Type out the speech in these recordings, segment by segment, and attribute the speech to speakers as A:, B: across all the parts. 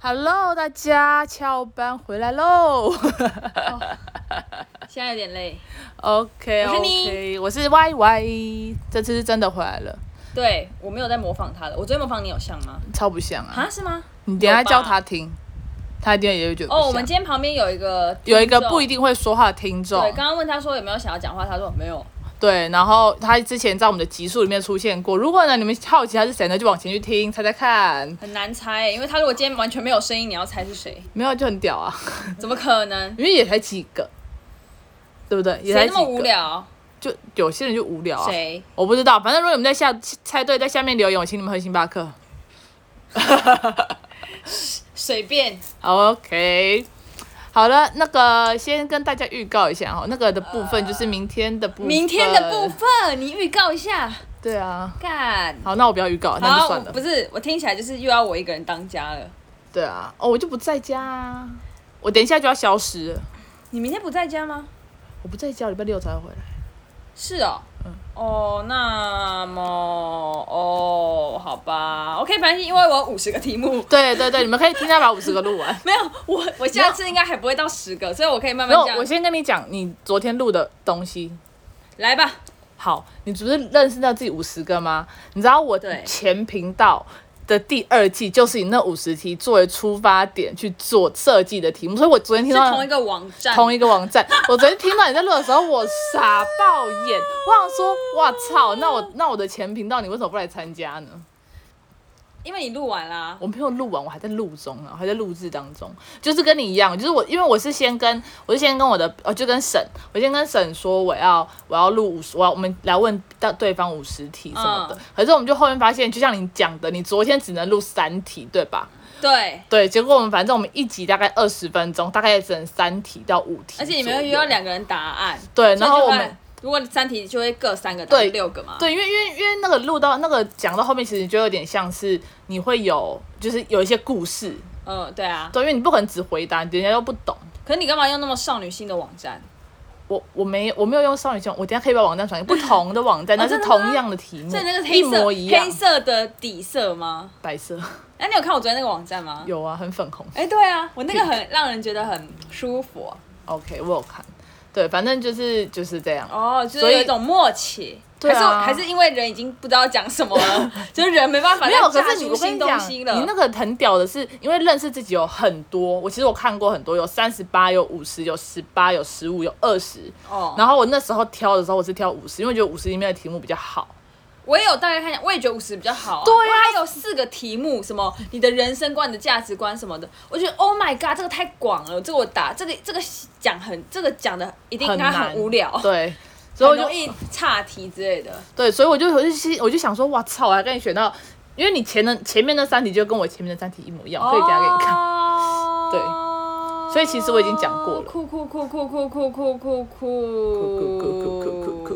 A: Hello，大家翘班回来喽。
B: 现在有点累。
A: OK
B: 我是妮
A: OK，我是 Y Y，这次是真的回来了，
B: 对我没有在模仿他的，我昨天模仿你有像吗？
A: 超不像啊！
B: 啊，是吗？
A: 你等一下
B: 有吧
A: 叫他听，他一定也会觉得不
B: 哦，我们
A: 像
B: 今天旁边有一个听众
A: 有一个不一定会说话的听众，
B: 对，刚刚问他说有没有想要讲话，他说没有。
A: 对，然后他之前在我们的集数里面出现过。如果呢你们好奇他是谁呢，就往前去听，猜猜看，
B: 很难猜欸，因为他如果今天完全没有声音，你要猜是谁？
A: 没有就很屌啊，
B: 怎么可能？
A: 因为也才几个，对不对？也才
B: 谁
A: 几
B: 那
A: 个，
B: 么无聊？
A: 就有些人就无聊啊。
B: 谁？
A: 我不知道，反正如果你们在下猜对，在下面留言，我请你们喝星巴克。
B: 随便。
A: 好 OK，好了，那个先跟大家预告一下哈，那个的部分就是明天的部分，
B: 明天的部分，你预告一下。
A: 对啊。
B: 干。
A: 好，那我不要预告，那就
B: 好，
A: 算
B: 我
A: 了
B: 不。是，我听起来就是又要我一个人当家了。
A: 对啊，哦，我就不在家、啊，我等一下就要消失了，
B: 你明天不在家吗？
A: 我不在家，礼拜六才会回来。
B: 是哦。哦，那么哦，好吧，OK，反正因为我有五十个题目，
A: 对对对，你们可以听他把五十个录完。
B: 没有我，我下次应该还不会到十个，所以我可以慢
A: 没有
B: 慢，讲
A: 我。先跟你讲，你昨天录的东西。
B: 来吧，
A: 好，你不是认识到自己五十个吗？你知道我
B: 对
A: 前频道的第二季就是以那五十题作为出发点去做设计的题目，所以我昨天听
B: 是
A: 到
B: 同一个网站，
A: 同一个网站，我昨天听到你在录的时候，我傻爆眼，我想说，哇操，那我那我的前频道你为什么不来参加呢？
B: 因为你录完啦。
A: 我没有录完，我还在录中啊，我还在录制当中，就是跟你一样，就是我，因为我是先跟，我是先跟我的，呃，就跟沈，我先跟沈说我要我要录五十，我要我们来问到对方五十题什么的，
B: 嗯
A: 可是我们就后面发现，就像你讲的，你昨天只能录三题，对吧？
B: 对，
A: 对，结果我们反正我们一集大概二十分钟，大概也只能三题到五题，
B: 而且你们又约到，两个人答案，
A: 对，
B: 所以
A: 然后
B: 就
A: 我
B: 会
A: 们。
B: 如果三题就会各三个，
A: 对
B: 对，六个嘛。，
A: 对，因为因为因为那个录到那个讲到后面，其实就有点像是你会有，就是有一些故事，
B: 嗯，对啊。
A: 对，因为你不可能只回答，人家又不懂。
B: 可是你干嘛用那么少女心的网站？
A: 我我没我没有用少女心，我等一下可以把网站传给你不同的网站， 但是
B: 哦真的吗
A: 同样的题目，
B: 所以那个是
A: 一
B: 黑色
A: 模一样
B: 黑，色的底色吗？
A: 白色
B: 哎、你有看我昨天那个网站吗？
A: 有啊，很粉红。
B: 哎、对啊，我那个很让人觉得很舒服、
A: OK，我有看，对，反正就是就是这样。
B: 哦，就
A: 所
B: 是
A: 以
B: 有一种默契。
A: 对
B: 还
A: 啊
B: 是还是因为人已经不知道讲什么 了，就是人没办法
A: 没
B: 再
A: 有，可
B: 加
A: 是你
B: 出
A: 我跟
B: 新
A: 你
B: 东
A: 讲，
B: 西
A: 你
B: 了。
A: 那个很屌的是，因为认识自己有很多，我其实我看过很多，有三十八，有五十，有十八，有十五，有二十。
B: 哦，
A: 然后我那时候挑的时候，我是挑五十，因为我觉得五十里面的题目比较好。
B: 我也有大概看一下，我也觉得五十比较好、啊。
A: 对啊
B: 因为它有四个题目，什么你的人生观、你的价值观什么的，我觉得 Oh my God，这个太广了，这个我打这个这个讲很这个讲的一定应该
A: 很难
B: 很无聊，
A: 对，所以我
B: 很
A: 就
B: 容易岔题之类的。
A: 对，所以我就我就心我就想说，哇操，我还跟你选到，因为你前的前面那三题就跟我前面的三题一模一样，我可以等一下给你看。
B: 看
A: 对所以其实我已经讲过了
B: 哦酷酷酷酷酷酷酷酷酷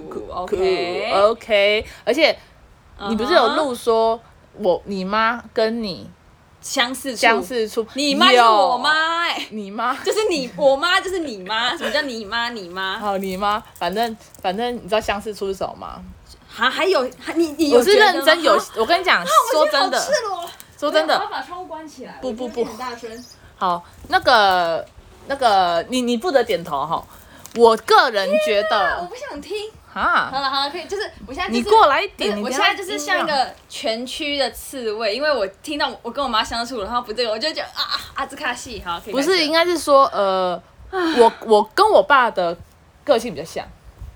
B: 酷
A: ，OK
B: OK。
A: OK，而且哦你不是有
B: 嗯哼
A: 录说我你妈跟你
B: Uh-huh 相似处
A: 相，似处，
B: 你妈就是我，妈、哎，
A: 你妈。
B: 就是你，我妈就是你妈，什么叫你妈？你妈
A: 好，你妈，反正反正你知道相似处是什么吗？
B: 还还有还你你有
A: 我是
B: 觉得
A: 认真
B: 吗
A: 有
B: 啊，
A: 我跟你讲，说
B: 我觉
A: 真
B: 得好
A: 的，
B: 赤裸，
A: 说真的
B: 我要，把窗户关起来。
A: 不
B: 我觉得
A: 不不
B: 很大声。
A: 好，那个那个，你你不得点头哈。我个人觉
B: 啊我
A: 得
B: 不想听。
A: 啊，
B: 好了好了，可以，就是我现在就是
A: 你过来一
B: 不是
A: 点，你
B: 我
A: 等
B: 现
A: 下
B: 在就是像一个全区的刺猬，因为我听到我跟我妈相处，然后不这个，我就觉得啊啊啊，这卡戏好，可以
A: 不是，应
B: 该
A: 该是说呃，我我跟我爸的个性比较像，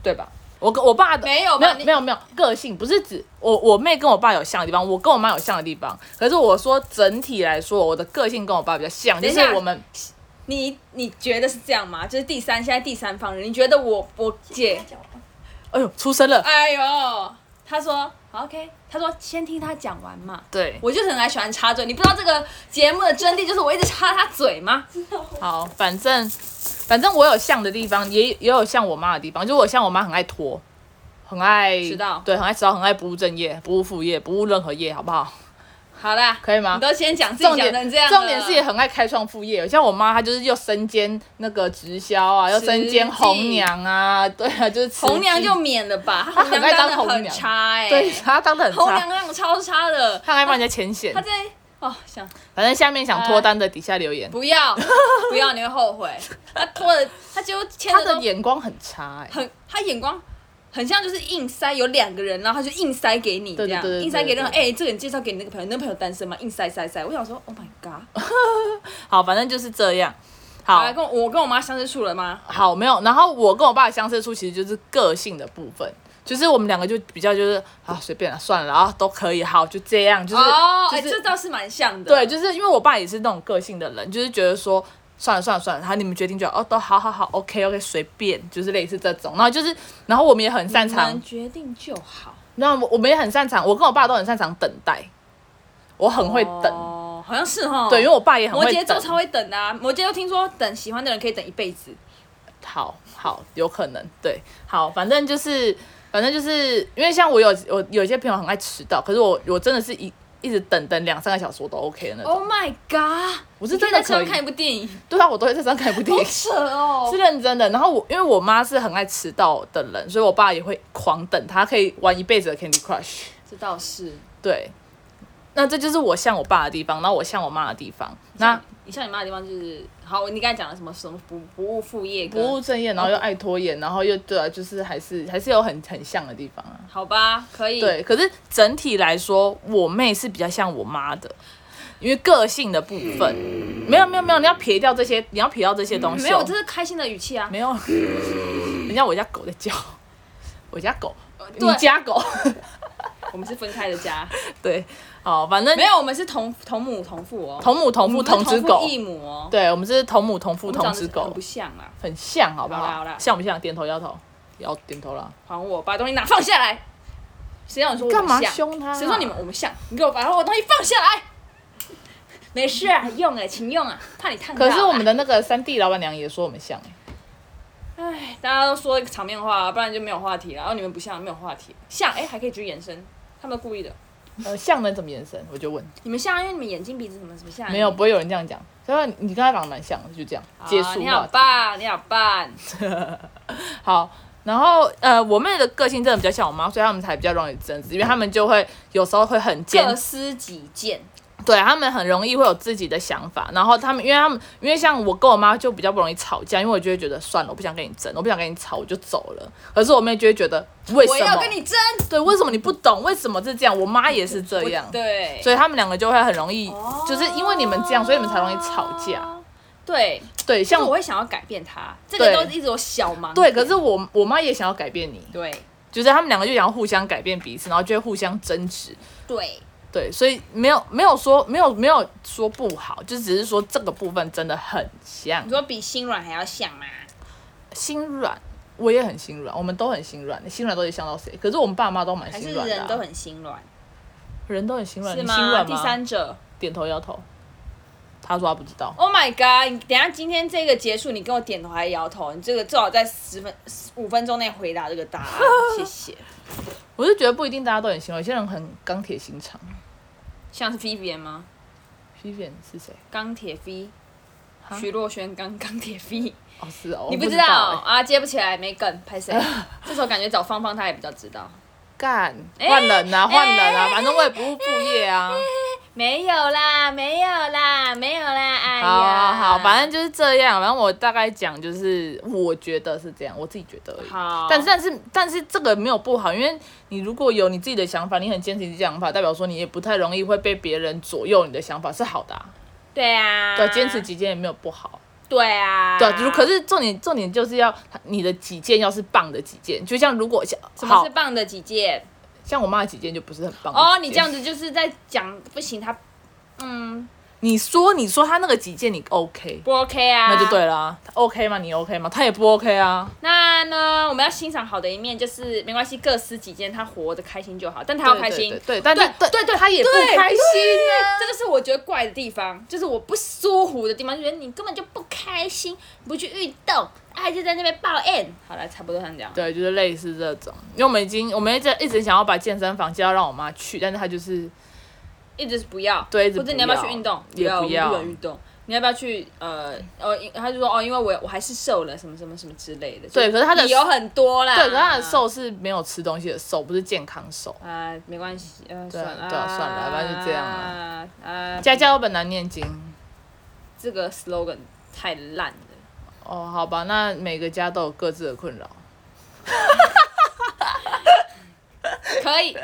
A: 对吧？我跟我爸的
B: 没有
A: 没
B: 吧
A: 有
B: 你
A: 没有没有个性，不是指我我妹跟我爸有像的地方，我跟我妈有像的地方。可是我说整体来说，我的个性跟我爸比较像，就
B: 等一
A: 是
B: 下
A: 我们
B: 你你觉得是这样吗？就是第三现在第三方人，你觉得我我 姐，
A: 哎呦出生了，
B: 哎呦，她说好 OK，她说先听她讲完嘛。
A: 对，
B: 我就是很爱喜欢插嘴，你不知道这个节目的真谛就是我一直插她嘴吗？
A: 好，反正反正我有像的地方，也也有像我妈的地方，就是我像我妈很爱拖，很爱
B: 迟到
A: 对，很爱迟到，很爱不务正业，不务副业，不务任何业，好不好？
B: 好啦，
A: 可以吗
B: 你都先讲自
A: 重
B: 己
A: 点
B: 讲成这样了，
A: 重点是也很爱开创副业，像我妈她就是又身兼那个直销啊，又身兼
B: 实际
A: 红娘啊， 对啊，就是慈济
B: 红娘就免了吧，她
A: 她
B: 红
A: 很爱
B: 娘
A: 当
B: 当的
A: 红
B: 很
A: 娘
B: 差哎、
A: 对她当的很
B: 红
A: 差
B: 娘，让超差的，
A: 她爱帮人家牵线
B: 她，在哦，哦，想
A: 反正下面想脱单的底下留言，
B: 不要 不要，你会后悔。他拖的，他就牵
A: 他
B: 着
A: 的
B: 都
A: 眼光很差哎、
B: 很，他眼光很像就是硬塞，有两个人，然后他就硬塞给你
A: 对对
B: 这样，
A: 对对
B: 硬塞给任何
A: 对
B: 哎、这个人介绍给你那个朋友，那个朋友单身吗？硬塞塞塞，我想说，Oh my god！
A: 好，反正就是这样。好
B: 好，来跟我我跟我妈相识处了吗？
A: 好，没有。然后我跟我爸的相似处其实就是个性的部分，就是我们两个就比较就是啊随便了，算了啊都可以，好就这样，就是、
B: 哦，哎、
A: 就是、
B: 这倒是蛮像的。
A: 对，就是因为我爸也是那种个性的人，就是觉得说算了算了算了，然后你们决定就好哦，都好好好，OK OK，随便，就是类似这种。然后就是，然后我们也很擅长
B: 能，决定就好。
A: 然后我们也很擅长，我跟我爸都很擅长等待，我很会等，
B: 哦，好像是哦。
A: 对，因为我爸也很
B: 摩
A: 会
B: 羯座
A: 等。
B: 超会等的啊，摩羯座听说等喜欢的人可以等一辈子。
A: 好好，有可能对，好，反正就是，反正就是因为像我有我有一些朋友很爱迟到，可是我我真的是一一直等等两三个小时我都 OK 的那种。
B: Oh my god！
A: 我是真的
B: 你可以在车上
A: 可以
B: 看一部电 影，
A: 对啊，我都会在上看一部电
B: 好
A: 影。
B: 扯哦
A: 是。认真的。然后我因为我妈是很爱迟到的人，所以我爸也会狂等，他可以玩一辈子的 Candy Crush。
B: 这倒是。
A: 对，那这就是我像我爸的地方，然后我像我妈的地方。那
B: 你像你妈的地方就是，好，你刚才讲了什么什么不不务副业
A: 不
B: 跟，
A: 务正业，然后
B: 嗯
A: 又爱拖延，然后又对啊，就是还是还是有很很像的地方啊。
B: 好吧，可以。，
A: 对，可是整体来说，我妹是比较像我妈的，因为个性的部分，没有没有没有，你要撇掉这些，你要撇掉这些东西、哦
B: 没有，这是开心的语气啊。
A: 没有，人家我家狗在叫，我家狗，
B: 对
A: 你家狗，
B: 我们是分开 的家，
A: 对，哦，反正
B: 没有，我们是同同母同父哦，
A: 同母同父
B: 我们
A: 同
B: 不
A: 只
B: 是
A: 狗
B: 同父，异母哦，
A: 对，我们是同母同父
B: 我们
A: 同
B: 长得
A: 只
B: 很
A: 狗
B: 不，像啊。
A: 很像，好不
B: 好啦好啦
A: 像不像？点头摇头，摇点头啦。
B: 还我，把东西拿放下来。谁让你说我
A: 干
B: 们
A: 嘛
B: 像？
A: 凶他啊？
B: 谁说你们我们像？你给我把我东西放下来。 没事啊，用哎、请用啊，怕你烫到
A: 可
B: 啊。
A: 是我们的那个三弟老板娘也说我们像欸，
B: 唉，大家都说场面话，不然就没有话题了。然后你们不像，没有话题。像哎、还可以继续延伸，他们都故意的。
A: 呃，像能怎么延伸？我就问，
B: 你们像，因为你们眼睛、鼻子什么什么像。
A: 没有，不会有人这样讲。所以你跟他长得蛮像的，就这样
B: 啊
A: 结束
B: 你
A: 话
B: 好
A: 题
B: 棒，你好棒。
A: 好，然后呃，我妹的个性真的比较像我妈，所以他们才比较容易争执，因为他们就会有时候会很坚
B: 各司己见，
A: 对他们很容易会有自己的想法，然后他们，因为他们，因为像我跟我妈就比较不容易吵架，因为我就会觉得算了，我不想跟你争，我不想跟你吵，我就走了。可是我妹就会觉得为
B: 我
A: 什
B: 要
A: 么？
B: 跟你争。
A: 对，为什么你不懂？为什么是这样？我妈也是这
B: 我
A: 样，
B: 对，
A: 所以他们两个就会很容易，
B: 哦
A: 就是因为你们这样，所以你们才容易吵架。。
B: 对，
A: 对，
B: 像
A: 像
B: 我
A: 我，
B: 会想要改变他，这个
A: 对
B: 都一直有小盲
A: 对，
B: 点。
A: 可是我我妈也想要改变你，
B: 对
A: 就是他们两个就想要互相改变彼此，然后就会互相争执。
B: 对，
A: 对，所以没有没有说没有没有说不好，就只是说这个部分真的很像
B: 你。说比心软还要像吗？
A: 心软，我也很心软，我们都很心软，你心软都得想到谁？可是我们爸妈都蛮
B: 还
A: 心
B: 是
A: 软的啊、
B: 人都很心软？
A: 人都很心软，
B: 是
A: 你心软
B: 第三者
A: 点头摇头，他说他不知道，
B: ，Oh my god！你等一下今天这个结束，你跟我点头还是摇头？你这个最好在十分五分钟内回答这个答案，谢谢。
A: 我是觉得不一定大家都很心软，有些人很钢铁心肠。
B: 像是 Vivian 吗？
A: Vivian 是谁？
B: 钢铁 V，
A: 哈
B: 徐若瑄刚钢铁 V，
A: 哦，是哦，
B: 你
A: 我不
B: 不知
A: 道
B: 道
A: 欸
B: 啊？接不起来，没梗，拍 谁？这时候感觉找芳芳她也比较知道。
A: 干
B: 哎
A: 换人啊，换人啊，反正我也不务副业啊。
B: 没有啦，没有啦，没有啦，哎
A: 好
B: 呀，
A: 好，反正就是这样。反正我大概讲，就是我觉得是这样，我自己觉得而已。
B: 好，
A: 但是但是但是这个没有不好，因为你如果有你自己的想法，你很坚持你的想法，代表说你也不太容易会被别人左右你的想法，是好的、啊。
B: 对啊，
A: 对，坚持，己见也没有不好。
B: 对啊，
A: 对啊，如可是重点重点就是要你的己见要是棒的己见，就像如果像
B: 什么
A: 好
B: 是棒的几届？
A: 像我妈的己见就不是很棒的
B: 哦，
A: 己
B: 你这
A: 见
B: 样子就是在讲不行，他嗯
A: 你说你说她那个己见你 OK，
B: 不 OK 啊，
A: 那就。对啦、她 OK 吗？你 OK 吗？她也不 OK 啊。
B: 那呢，我们要欣赏好的一面，就是没关系，各司己见，他活得开心就好，但他要开心。
A: 对对对，对但是
B: 对对对
A: 她也不
B: 对
A: 开心啊。
B: 这个是我觉得怪的地方，就是我不舒服的地方，就觉得你根本就不开心，不去运动，还就在那边抱怨。好了，差不多像这样。
A: 对，就是类似这种，因为我们已经我们一直一直想要把健身房叫让我妈去，但是她就是
B: 一直是不要，
A: 对一直
B: 或者你要
A: 不
B: 不要
A: 要
B: 去运动？啊
A: 也
B: 不
A: 不要
B: 我不喜欢运动。你要不要去呃呃，因他就说哦，因为我我还是瘦了什么什么什么之类的。
A: 对
B: 就
A: 可是他的
B: 理由很多啦。
A: 对，可是他的瘦是没有吃东西的瘦，不是健康瘦。
B: 啊、没关系，呃，
A: 对
B: 算了，
A: 对啊算了反正就这样
B: 啊
A: 啊。
B: 啊，
A: 家家有本难念经。
B: 这个 slogan 太烂了，
A: 哦，好吧，那每个家都有各自的困扰。
B: 可 以，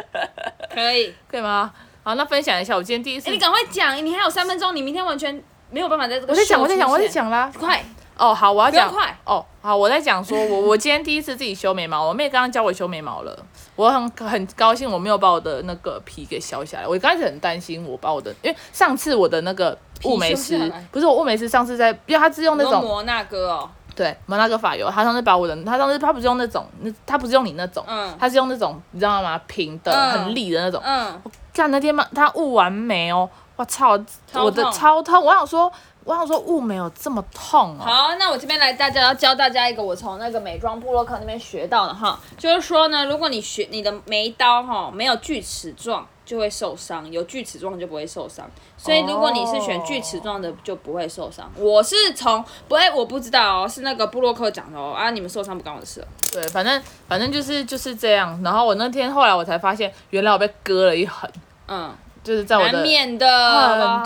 B: 可以。
A: 可以吗？好，那分享一下，我今天第一次，
B: 哎、你赶快讲，你还有三分钟，你明天完全没有办法在这个。
A: 我在讲，我在讲，我在，讲啦。
B: 快，
A: 哦，好，我要
B: 不要
A: 讲，
B: 快。
A: 哦，好，我在讲说，我我今天第一次自己修眉毛，我妹刚刚教我修眉毛了，我很很高兴，我没有把我的那个皮给削下来。我刚开始很担心，我把我的，因为上次我的那个雾眉
B: 皮修
A: 师
B: 下来，
A: 不是我雾眉师上次在，因为他是用那
B: 你说
A: 种
B: 摩纳哥哦，
A: 对摩纳哥发油，他上次把我的，他上次他不是用那种，那他不是用你那种，
B: 嗯
A: 他是用那种你知道吗？平的、
B: 嗯
A: 很利的那种，
B: 嗯，
A: 干那天嘛，他雾完眉哦，我操，
B: 超
A: 我的
B: 痛
A: 超痛，我想说，我想说雾眉有这么痛哦，
B: 好，那我这边来大家要教大家一个我从那个美妆部落客那边学到的哈，就是说呢，如果你学你的眉刀哈没有锯齿状。就会受伤，有锯齿状就不会受伤，所以如果你是选锯齿状的就不会受伤。我是从不会，我不知道哦，是那个布洛克讲的哦啊，你们受伤不关我的事哦。
A: 对，反正反正就是就是这样。然后我那天后来我才发现，原来我被割了一痕，
B: 嗯，
A: 就是在我
B: 难
A: 的，
B: 免的，好不好
A: 很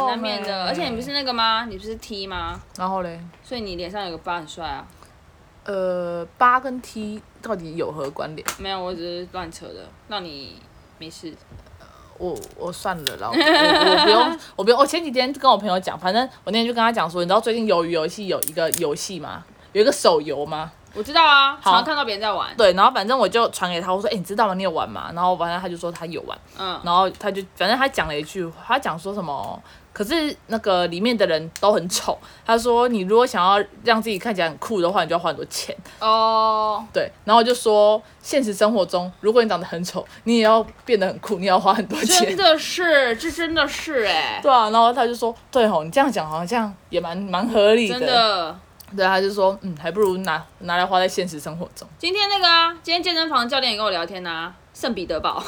A: 痛
B: 难免的，
A: 欸
B: 而且你不是那个吗？你不是 T 吗？
A: 然后嘞，
B: 所以你脸上有个疤很帅啊。
A: 呃，疤跟 T 到底有何关联？
B: 没有，我只是乱扯的，让你没事。
A: 我我算了啦，我我我不用，我不用。我前几天跟我朋友讲，反正我那天就跟他讲说，你知道最近鱿鱼游戏有一个游戏吗？有一个手游吗？
B: 我知道啊，
A: 好
B: 常看到别人在玩。
A: 对，然后反正我就传给他，我说，哎、你知道吗？你有玩吗？然后反正他就说他有玩，
B: 嗯，
A: 然后他就反正他讲了一句，他讲说什么？可是那个里面的人都很丑。他说你如果想要让自己看起来很酷的话，你就要花很多钱。
B: 哦，
A: 对，然后我就说现实生活中，如果你长得很丑，你也要变得很酷，你也要花很多
B: 真
A: 钱。
B: 的是，这真的是哎、
A: 对啊，然后他就说，对吼，你这样讲好像也蛮蛮合理
B: 真的。
A: 对，他就说，嗯，还不如拿拿来花在现实生活中。
B: 今天那个啊，今天健身房教练也跟我聊天呐、啊，圣彼得堡，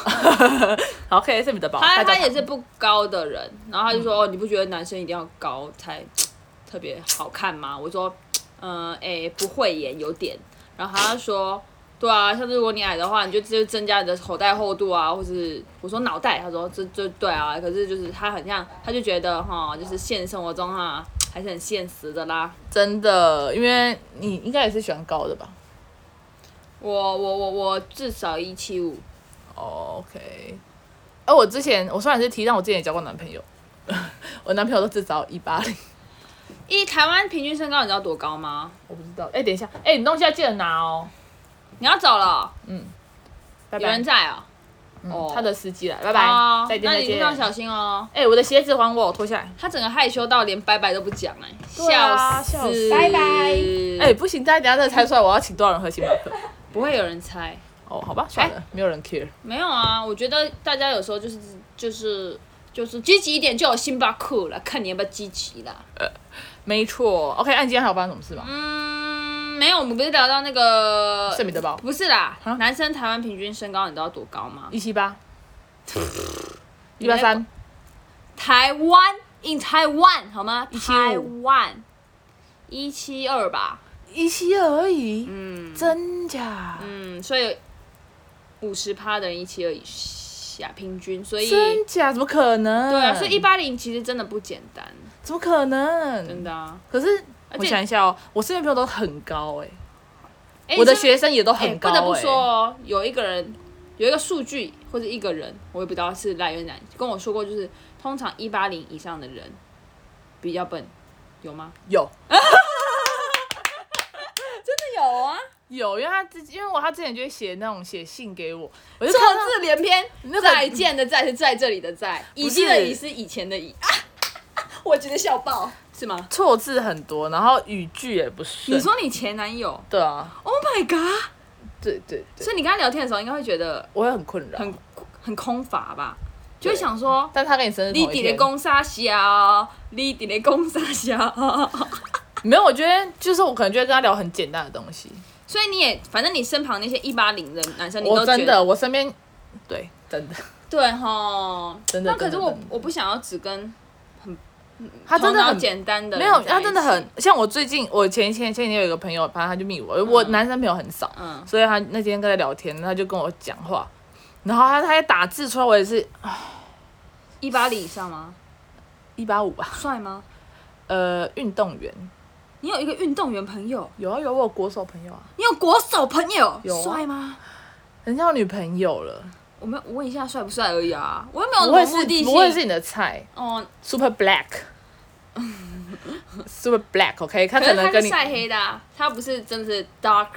A: 好，K S M 的宝，
B: 他
A: 大
B: 他
A: 家
B: 也是不高的人，然后他就说，哦，你不觉得男生一定要高才特别好看吗？我说，嗯、呃，哎、不会耶，有点。然后他就说，对啊，像是如果你矮的话，你就就增加你的口袋厚度啊，或是我说脑袋，他说这这对啊，可是就是他很像，他就觉得哈，就是现实生活中哈还是很现实的啦。
A: 真的，因为你应该也是喜欢高的吧？
B: 我我我我至少一七五，
A: 哦 OK，而我之前我虽然是 T，但我之前也交过男朋友， 我男朋友都至少一八零，
B: 一台湾平均身高你知道多高吗？
A: 我不知道。哎、等一下，哎、你东西要记得拿哦。
B: 你要走了，
A: 拜
B: 有
A: 拜
B: 人。在啊、哦
A: 嗯他的司机来，拜拜，
B: 哦，
A: 再见
B: 那
A: 再
B: 你路
A: 见。
B: 上小心哦。
A: 哎、我的鞋子还我，我脱下来。
B: 他整个害羞到连拜拜都不讲哎、
A: 对啊
B: 笑
A: 笑
B: 死！
A: 死
C: 拜拜
B: 嗯
A: 哎、不行，大家等一下再猜出来，我要请多少人喝星巴克？
B: 不会有人猜。
A: 哦，好吧，算了，
B: 哎
A: 没有人 care。
B: 没有啊，我觉得大家有时候就是就是就是积极一点就有星巴克了，看你要不要积极啦。
A: 没错，OK，那、你今天还有发生什么事吗？
B: 嗯，没有，我们不是聊到那个
A: 圣彼得堡
B: 不是啦
A: 啊，
B: 男生台湾平均身高你知道多高吗？
A: 一七 八，一八三，
B: 台湾 in 台湾好吗？
A: 175
B: 台湾一七二吧，
A: 一七二而已，
B: 嗯
A: 真假？
B: 嗯，所以五十趴的人一七二以下平均，所以
A: 真假？怎么可能？
B: 对啊，所以一八零其实真的不简单，
A: 怎么可能？
B: 真的啊。
A: 可是
B: 而且
A: 我想一下哦，我身边朋友都很高哎、
B: 哎
A: 我的
B: 这
A: 学生也都
B: 哎
A: 很高
B: 不
A: 哎、
B: 得不说哦，有一个人有一个数据或者一个人，我也不知道是来源哪，跟我说过，就是通常一八零以上的人比较笨，有吗？
A: 有
B: 真的有啊，
A: 有，因为他之因为我他之前就会写那种写信给我，我就
B: 错
A: 看到
B: 字连篇。
A: 那个
B: 再见的再是在这里的在，已经的已是以前的已，啊、 我觉得笑爆是吗？
A: 错字很多，然后语句也不顺。
B: 你说你前男友
A: 对啊，
B: ？Oh my god！
A: 对对对，
B: 所以你跟他聊天的时候，应该会觉得
A: 我也很困扰。
B: 很很空乏吧？就会
A: 对
B: 想说，
A: 但他跟你生日
B: 你
A: 同一
B: 伫咧
A: 天，
B: 讲啥笑？啊你伫咧讲啥笑？
A: 没有，我觉得就是我可能就会跟他聊很简单的东西。
B: 所以你也，反正你身旁那些一八零的男生，你
A: 我
B: 都觉
A: 哦真
B: 得
A: 的，我身边对真的
B: 对吼。
A: 真的
B: 那可是
A: 真的
B: 我
A: 真的
B: 我不想要只跟很
A: 他真的
B: 头脑
A: 很
B: 简单的
A: 没
B: 人
A: 有，
B: 在
A: 他真的
B: 一起
A: 很像我最近，我前前前几天有一个朋友，反正他就密我，我男生朋友很少，
B: 嗯
A: 所以他那天跟他聊天，他就跟我讲话，然后他他在打字出来，我也是
B: 一八零以上吗？
A: 一八五吧，
B: 帅吗？
A: 呃，运动员
B: 你有一个运动员朋友，
A: 有啊有，我有国手朋友啊，
B: 你有国手朋友，
A: 有啊
B: 帅吗？
A: 人家有女朋友了，
B: 我没有，我问一下帅不帅而已啊，我又没有
A: 不会
B: 什
A: 是
B: 么目的
A: 不会
B: 性。
A: 是你的菜
B: 哦，
A: ，Super Black，Super Black，OK，、他
B: 可
A: 可
B: 是他
A: 能
B: 是
A: 跟你
B: 晒黑的、啊，他不是真的是 dark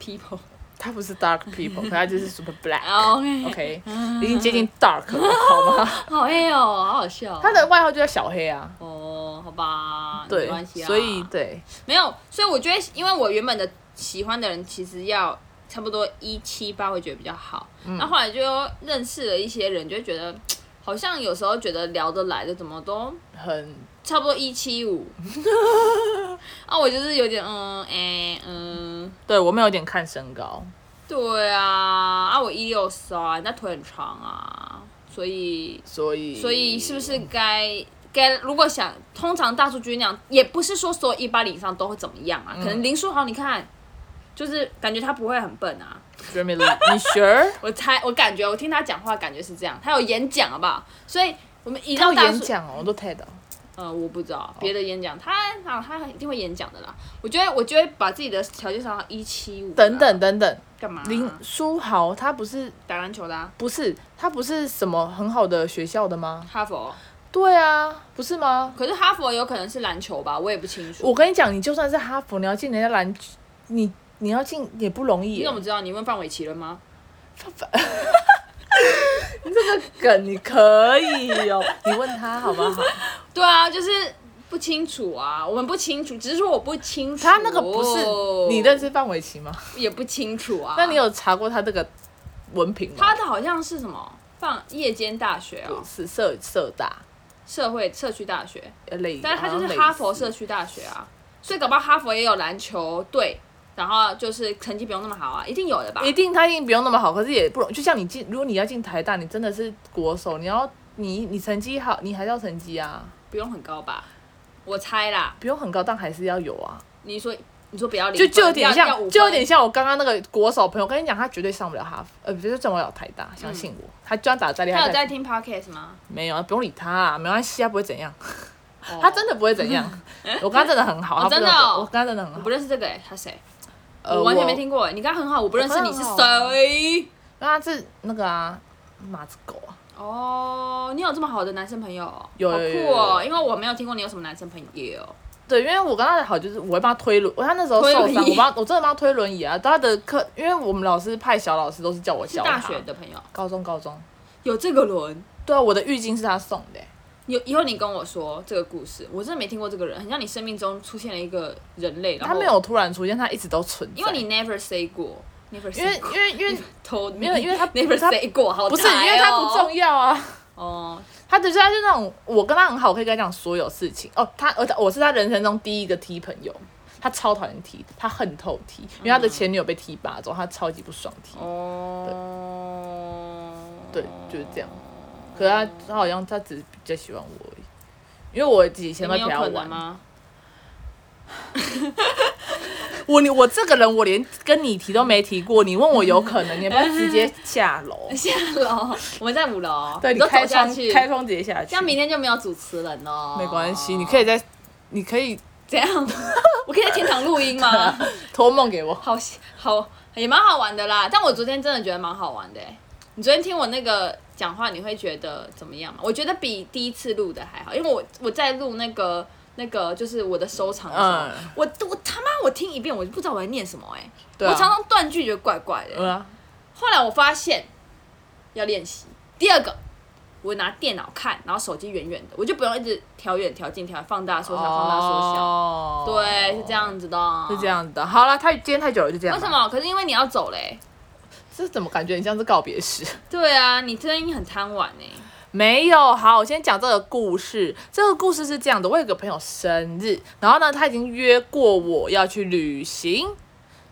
B: people。
A: 他不是 Dark People，可他就是 Super Black，OK，、
B: 哦 OK，
A: 已经接近 Dark 了，好吗？
B: 好黑哦，好好笑哦。
A: 他的外号就叫小黑啊，
B: 哦，好吧，没
A: 对，
B: 关系啊。
A: 所以对。
B: 没有，所以我觉得，因为我原本的喜欢的人其实要差不多一七八，会觉得比较好。那、后来就认识了一些人，就会觉得好像有时候觉得聊得来的，怎么都
A: 很
B: 差不多一七 五。啊，我就是有点嗯哎、嗯，
A: 对我们有点看身高，
B: 对啊，啊我一六三，那腿很长啊，所以
A: 所以
B: 所以是不是该该如果想，通常大数据那样，也不是说所有一八零以上都会怎么样
A: 嗯
B: 啊，可能林书豪你看，就是感觉他不会很笨啊，
A: Jeremy Lin- 你 sure？
B: 我猜我感觉我听他讲话感觉是这样，他有演讲好不好？所以我们一
A: 他
B: 到
A: 有
B: 大
A: 演
B: 数，
A: 讲哦，我都 TED 哦。
B: 呃，我不知道别的演讲，他啊他一定会演讲的啦，我觉得我觉得把自己的条件上到一七五啊
A: 等等等等，
B: 干嘛、
A: 林书豪他不是
B: 打篮球的、啊、
A: 不是他不是什么很好的学校的吗？
B: 哈佛，
A: 对啊，不是吗？
B: 可是哈佛有可能是篮球吧，我也不清楚。
A: 我跟你讲，你就算是哈佛，你要进人家篮，你你要进也不容易
B: 你
A: 耶。
B: 怎么知道？你问范玮琪了吗？
A: 梗你可以哦， 你问他好不好？
B: 对啊，就是不清楚啊，我们不清楚，只是说我不清楚。
A: 他那个不是你认识范玮琪吗？
B: 也不清楚哦啊。
A: 那你有查过他这个文凭吗？
B: 他的好像是什么？放夜间大学哦，
A: 是社社大
B: 社会社区大学，
A: 类，
B: 但是他就
A: 好像
B: 是
A: 类
B: 哈佛
A: 似
B: 社区大学啊，所以搞不好哈佛也有篮球队，然后就是成绩不用那么好啊，一定有的吧？
A: 一定他一定不用那么好，可是也不容就像你进，如果你要进台大，你真的是国手，你要你你成绩好，你还是要成绩啊，
B: 不用很高吧？我猜啦，
A: 不用很高，但还是要有啊。
B: 你说你说不要零
A: 就
B: 分，
A: 就有点
B: 要要五
A: 像，
B: 分
A: 就有点像我刚刚那个国手朋友，我跟你讲，他绝对上不了哈佛，呃，不是上不了台大，相信我，他就算打得再厉害，
B: 他有
A: 他
B: 在听 podcast 吗？
A: 没有，不用理他、啊，没关系，他不会怎样，
B: 哦
A: 他真的不会 怎样。我刚刚真的很好，
B: 哦
A: 他不
B: 真的
A: 会
B: 哦
A: 我刚刚真的
B: 我
A: 很好
B: 不，认识这个诶，他谁？
A: 呃，
B: 我完全没，听过诶，你刚刚很好，我不认识你是
A: 我刚刚很好啊
B: 谁。
A: 那他是那个啊，马子狗啊，
B: 哦，你有这么好的男生朋友哦？
A: 有
B: 好
A: 有有
B: 酷哦！因为我没有听过你有什么男生朋友。
A: 对，因为我跟他的好就是我会帮他推轮，我他那时候
B: 推
A: 受
B: 轮
A: 伤，
B: 椅
A: 我帮我真的帮他推轮椅啊。他的课，因为我们老师派小老师都是叫我
B: 是
A: 教他。
B: 大学的朋友，
A: 高中、高中。
B: 有这个轮。
A: 对啊，我的浴巾是他送的欸、
B: 有以后你跟我说这个故事，我真的没听过这个人，很像你生命中出现了一个人类，然
A: 他
B: 后
A: 没，有突然出现，他一直都存在。
B: 因为你 never say 过，never
A: 因为
B: say
A: 因为因为
B: 偷，
A: 没有因为他
B: never
A: 他
B: say 过，好
A: 不是
B: 台
A: 因为他不
B: 哦
A: 重要啊，
B: 哦，
A: 他只是他是那种我跟他很好，我可以跟他讲所有事情哦。他而且我是他人生中第一个踢朋友，他超讨厌踢，他恨透踢，因为他
B: 嗯
A: 的前女友被踢八周，他超级不爽踢。
B: 哦，
A: 对，就是这样。可是他他好像他只是比较喜欢我而已，因为我以前
B: 你
A: 会
B: 们
A: 陪
B: 有
A: 他
B: 可
A: 玩
B: 能。吗？？
A: 我你我这个人，我连跟你提都没提过，你问我有可能，你要不要直接下楼
B: 下楼，我们在五楼，
A: 对
B: 你
A: 你
B: 都走
A: 开
B: 下
A: 窗
B: 去，
A: 开窗直接下去，
B: 这样明天就没有主持人了。
A: 没关系，你可以在，你可以
B: 怎样？ 我可以在天堂录音吗？
A: 托梦给我。
B: 好好也蛮好玩的啦。但我昨天真的觉得蛮好玩的、欸。你昨天听我那个讲话，你会觉得怎么样吗？我觉得比第一次录的还好，因为我我在录那个那个就是我的收藏的时候，
A: 嗯
B: 我我他妈我听一遍我就不知道我在念什么哎、
A: 对啊
B: 我常常断句觉得怪怪的、
A: 嗯啊，
B: 后来我发现要练习。第二个，我拿电脑看，然后手机远远的，我就不用一直调远、调近、调放大、缩小、放大、缩小。
A: 小
B: 对，是这，样子的，
A: 哦是这。样子的。好了，太今天太久了，就这样。
B: 为什？么？可是因为你要走嘞、
A: 这怎么感觉很像是告别式？
B: 对啊，你真的很贪玩哎、
A: 没有，好，我先讲这个故事。这个故事是这样的：我有个朋友生日，然后呢，他已经约过我要去旅行，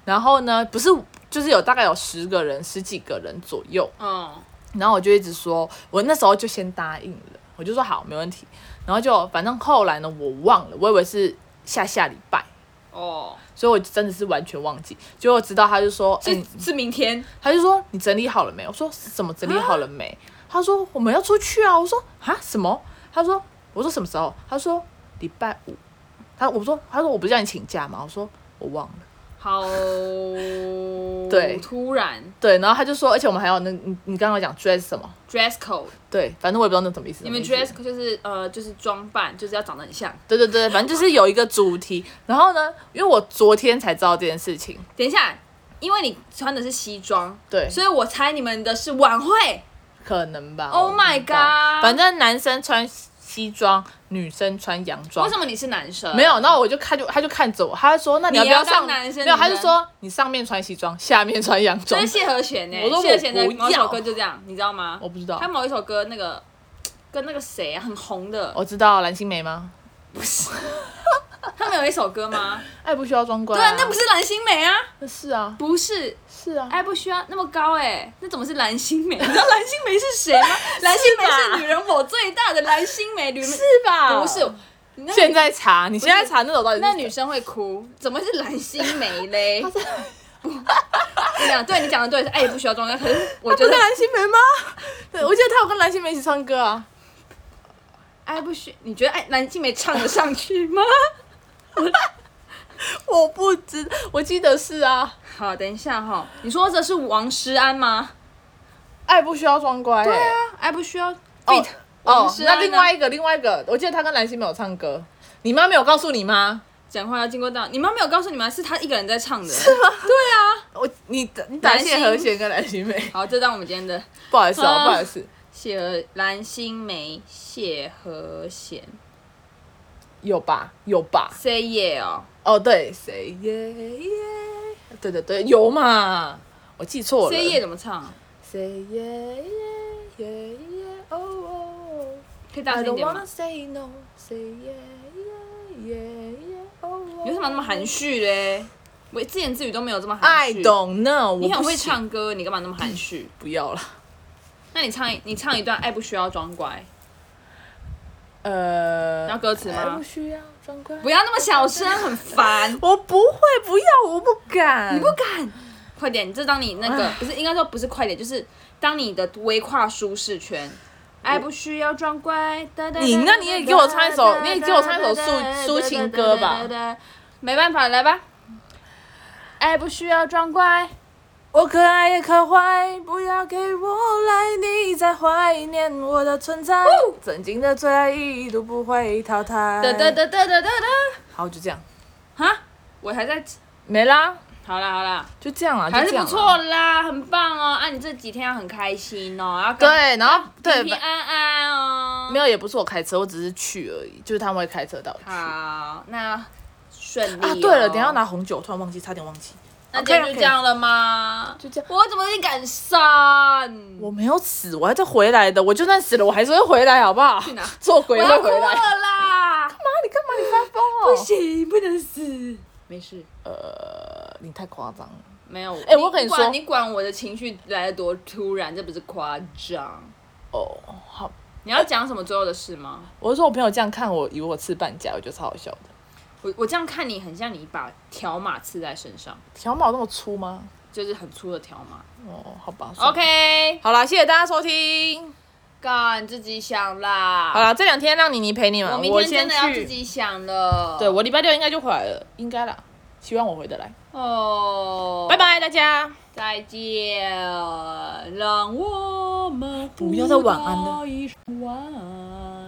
A: 然后呢，不是，就是有大概有十个人、十几个人左右，
B: 嗯，
A: 然后我就一直说，我那时候就先答应了，我就说好，没问题。然后就反正后来呢，我忘了，我以为是下下礼拜，
B: 哦，
A: 所以我真的是完全忘记。结果直到他就说，
B: 是
A: 嗯，
B: 是明天，
A: 他就说你整理好了没？我说什么整理好了没？他说我们要出去啊。我说啊什么？他说我说什么时候？他说礼拜五。他我说他说我不是让你请假吗？我说我忘了。
B: 好，
A: 对
B: 突然
A: 对，然后他就说，而且我们还有那你你刚刚讲 dress 什么？
B: dress code，
A: 对，反正我也不知道那什么意思。
B: 你们
A: 什么意
B: dress
A: 思
B: code 就是呃就是装扮，就是要长得很像。
A: 对对 对，反正就是有一个主题。然后呢，因为我昨天才知道这件事情，
B: 等一下，因为你穿的是西装，
A: 对，
B: 所以我猜你们的是晚会。
A: 可能吧。
B: Oh
A: 我不知
B: my
A: 道
B: god！
A: 反正男生穿西装，女生穿洋装
B: 为什。么你是男生？
A: 没有，然后我就看就他就看着我，他就说那你要不
B: 你要当
A: 上？
B: 男生
A: 没有，
B: 女
A: 他就
B: 生
A: 说你上面穿西装，下面穿洋
B: 这
A: 装
B: 是。谢和弦呢、
A: 我说我
B: 谢和弦的
A: 不
B: 某一首
A: 要
B: 歌就这样，你知道吗
A: 我？不知道
B: 他，某一首歌那个跟那个谁啊，很红的，
A: 我知道蓝心湄吗？
B: 他们有一首歌吗？
A: 爱不需要装乖
B: 对
A: 啊。
B: 啊，那不是蓝心湄啊，
A: 那是啊，
B: 不是，
A: 是啊。
B: 哎，不需要那么高哎、那怎么是蓝心湄？你知道 蓝心湄 是谁吗？蓝心湄是女人我最大的蓝心湄，女是啊
A: 吧
B: 不是，你那
A: 现在查，你现在查那首到底是
B: 那
A: 谁
B: 女生会哭，怎么是蓝心湄 嘞？你讲对，你讲的对，哎，不需要装可是 我觉
A: 不是
B: 得
A: 蓝心湄吗？对，我记得他有跟蓝心湄一起唱歌啊。
B: 哎不需，你觉得哎蓝心湄唱得上去吗？
A: 我不知，我记得是啊。
B: 好，等一下哈、你说的是王诗安吗？
A: 爱不需要装乖、欸。
B: 对啊，哎，不需要 fit
A: 哦。哦
B: 王，诗安
A: 那
B: 啊
A: 另外一个，另外一个，我记得他跟蓝心湄有唱歌。你妈没有告诉你吗？
B: 讲话要经过到，你妈没有告诉你们是她一个人在唱的，是吗？
A: 我你你打
B: 蓝
A: 谢
B: 心
A: 和弦跟蓝心湄，
B: 好，这当我们今天的
A: 不好意思哦，
B: 啊
A: 不好意思，
B: 谢和蓝心湄、谢和弦
A: 有吧有吧？
B: ，Say Yeah 哦，
A: 哦，对，谁耶耶？对对对，有嘛？我记错了。
B: ，Say Yeah 怎么唱？
A: 谁耶耶耶耶哦哦。
B: 可以大
A: I
B: 声一
A: don't
B: 点吗
A: wanna？say no, say yeah, yeah, yeah, yeah, oh,
B: 你为什么那么含蓄嘞？我自言自语都没有这么含
A: I
B: 蓄。
A: don't know，我
B: 你很
A: 不
B: 会
A: 行，
B: 唱歌，你干嘛那么含蓄？
A: 不要了。
B: 那你唱一你唱一段《爱不需要装乖
A: 呃，
B: 要歌词吗
A: 哎不需要，装乖》，。
B: 不要那么小声，很烦。
A: 我不会，不要，我不敢。你不敢？
B: 快点，这当你那个不是应该说不是快点，就是当你的微跨舒适圈。爱不需要装乖。哒哒哒
A: 你那你也给我唱一首
B: 哒哒哒
A: 你也给我唱一首抒
B: 哒哒哒
A: 抒情歌吧
B: 哒哒哒哒没办法，来吧。爱不需要装乖。
A: 我可爱也可坏，不要给我来你在怀念我的存在。曾经的最爱一度不会淘汰。
B: 哒哒。哒哒哒哒哒。
A: 好，就这样，
B: 哈，我还在。
A: 没啦，
B: 好啦好啦。
A: 就这样啊，
B: 还
A: 就是这
B: 不
A: 样啊。
B: 错啦，很棒哦！啊，你这几天要很开心哦，要跟
A: 对，然后对，
B: 平平安安哦。
A: 没有，也不是我开车，我只是去而已，就是他们会开车带我去。啊，
B: 好，那顺利、哦、
A: 对了，等一下要拿红酒，突然忘记，差点忘记。
B: 那今天
A: OK，OK
B: 就这样了吗？
A: 就这样
B: 我怎么有点感伤？
A: 我没有死，我还在回来的，我就算死了，我还是会回来，好不好？
B: 去哪
A: 做鬼
B: 我
A: 会
B: 要哭
A: 回来。
B: 了啦！
A: 妈，啊你干嘛？你发疯哦！不
B: 不，行，不能死。没事，
A: 呃你太夸张了。
B: 没有。
A: 哎我跟你
B: 管
A: 说
B: 你管我的情绪来的多突然，这不是夸张。
A: 哦，好，
B: 你要讲什么最后的事吗？
A: 我是说我朋友这样看我，以为我吃半价，我觉得超好笑的。
B: 我我这样看你，很像你把条码刺在身上，
A: 条毛那么粗吗？
B: 就是很粗的条码。
A: 哦，好吧。算了
B: OK，
A: 好啦，谢谢大家收听。
B: 干自己想啦。
A: 好啦，这两天让妮妮陪你们，
B: 我
A: 我
B: 明天
A: 先
B: 真的要
A: 去
B: 自己想了。
A: 对，我礼拜六应该就回来了，应该啦，希望我回得来。
B: 哦，
A: 拜，拜，大家。
B: 再见，让我们
A: 不要再晚安了
B: 互道一声晚安。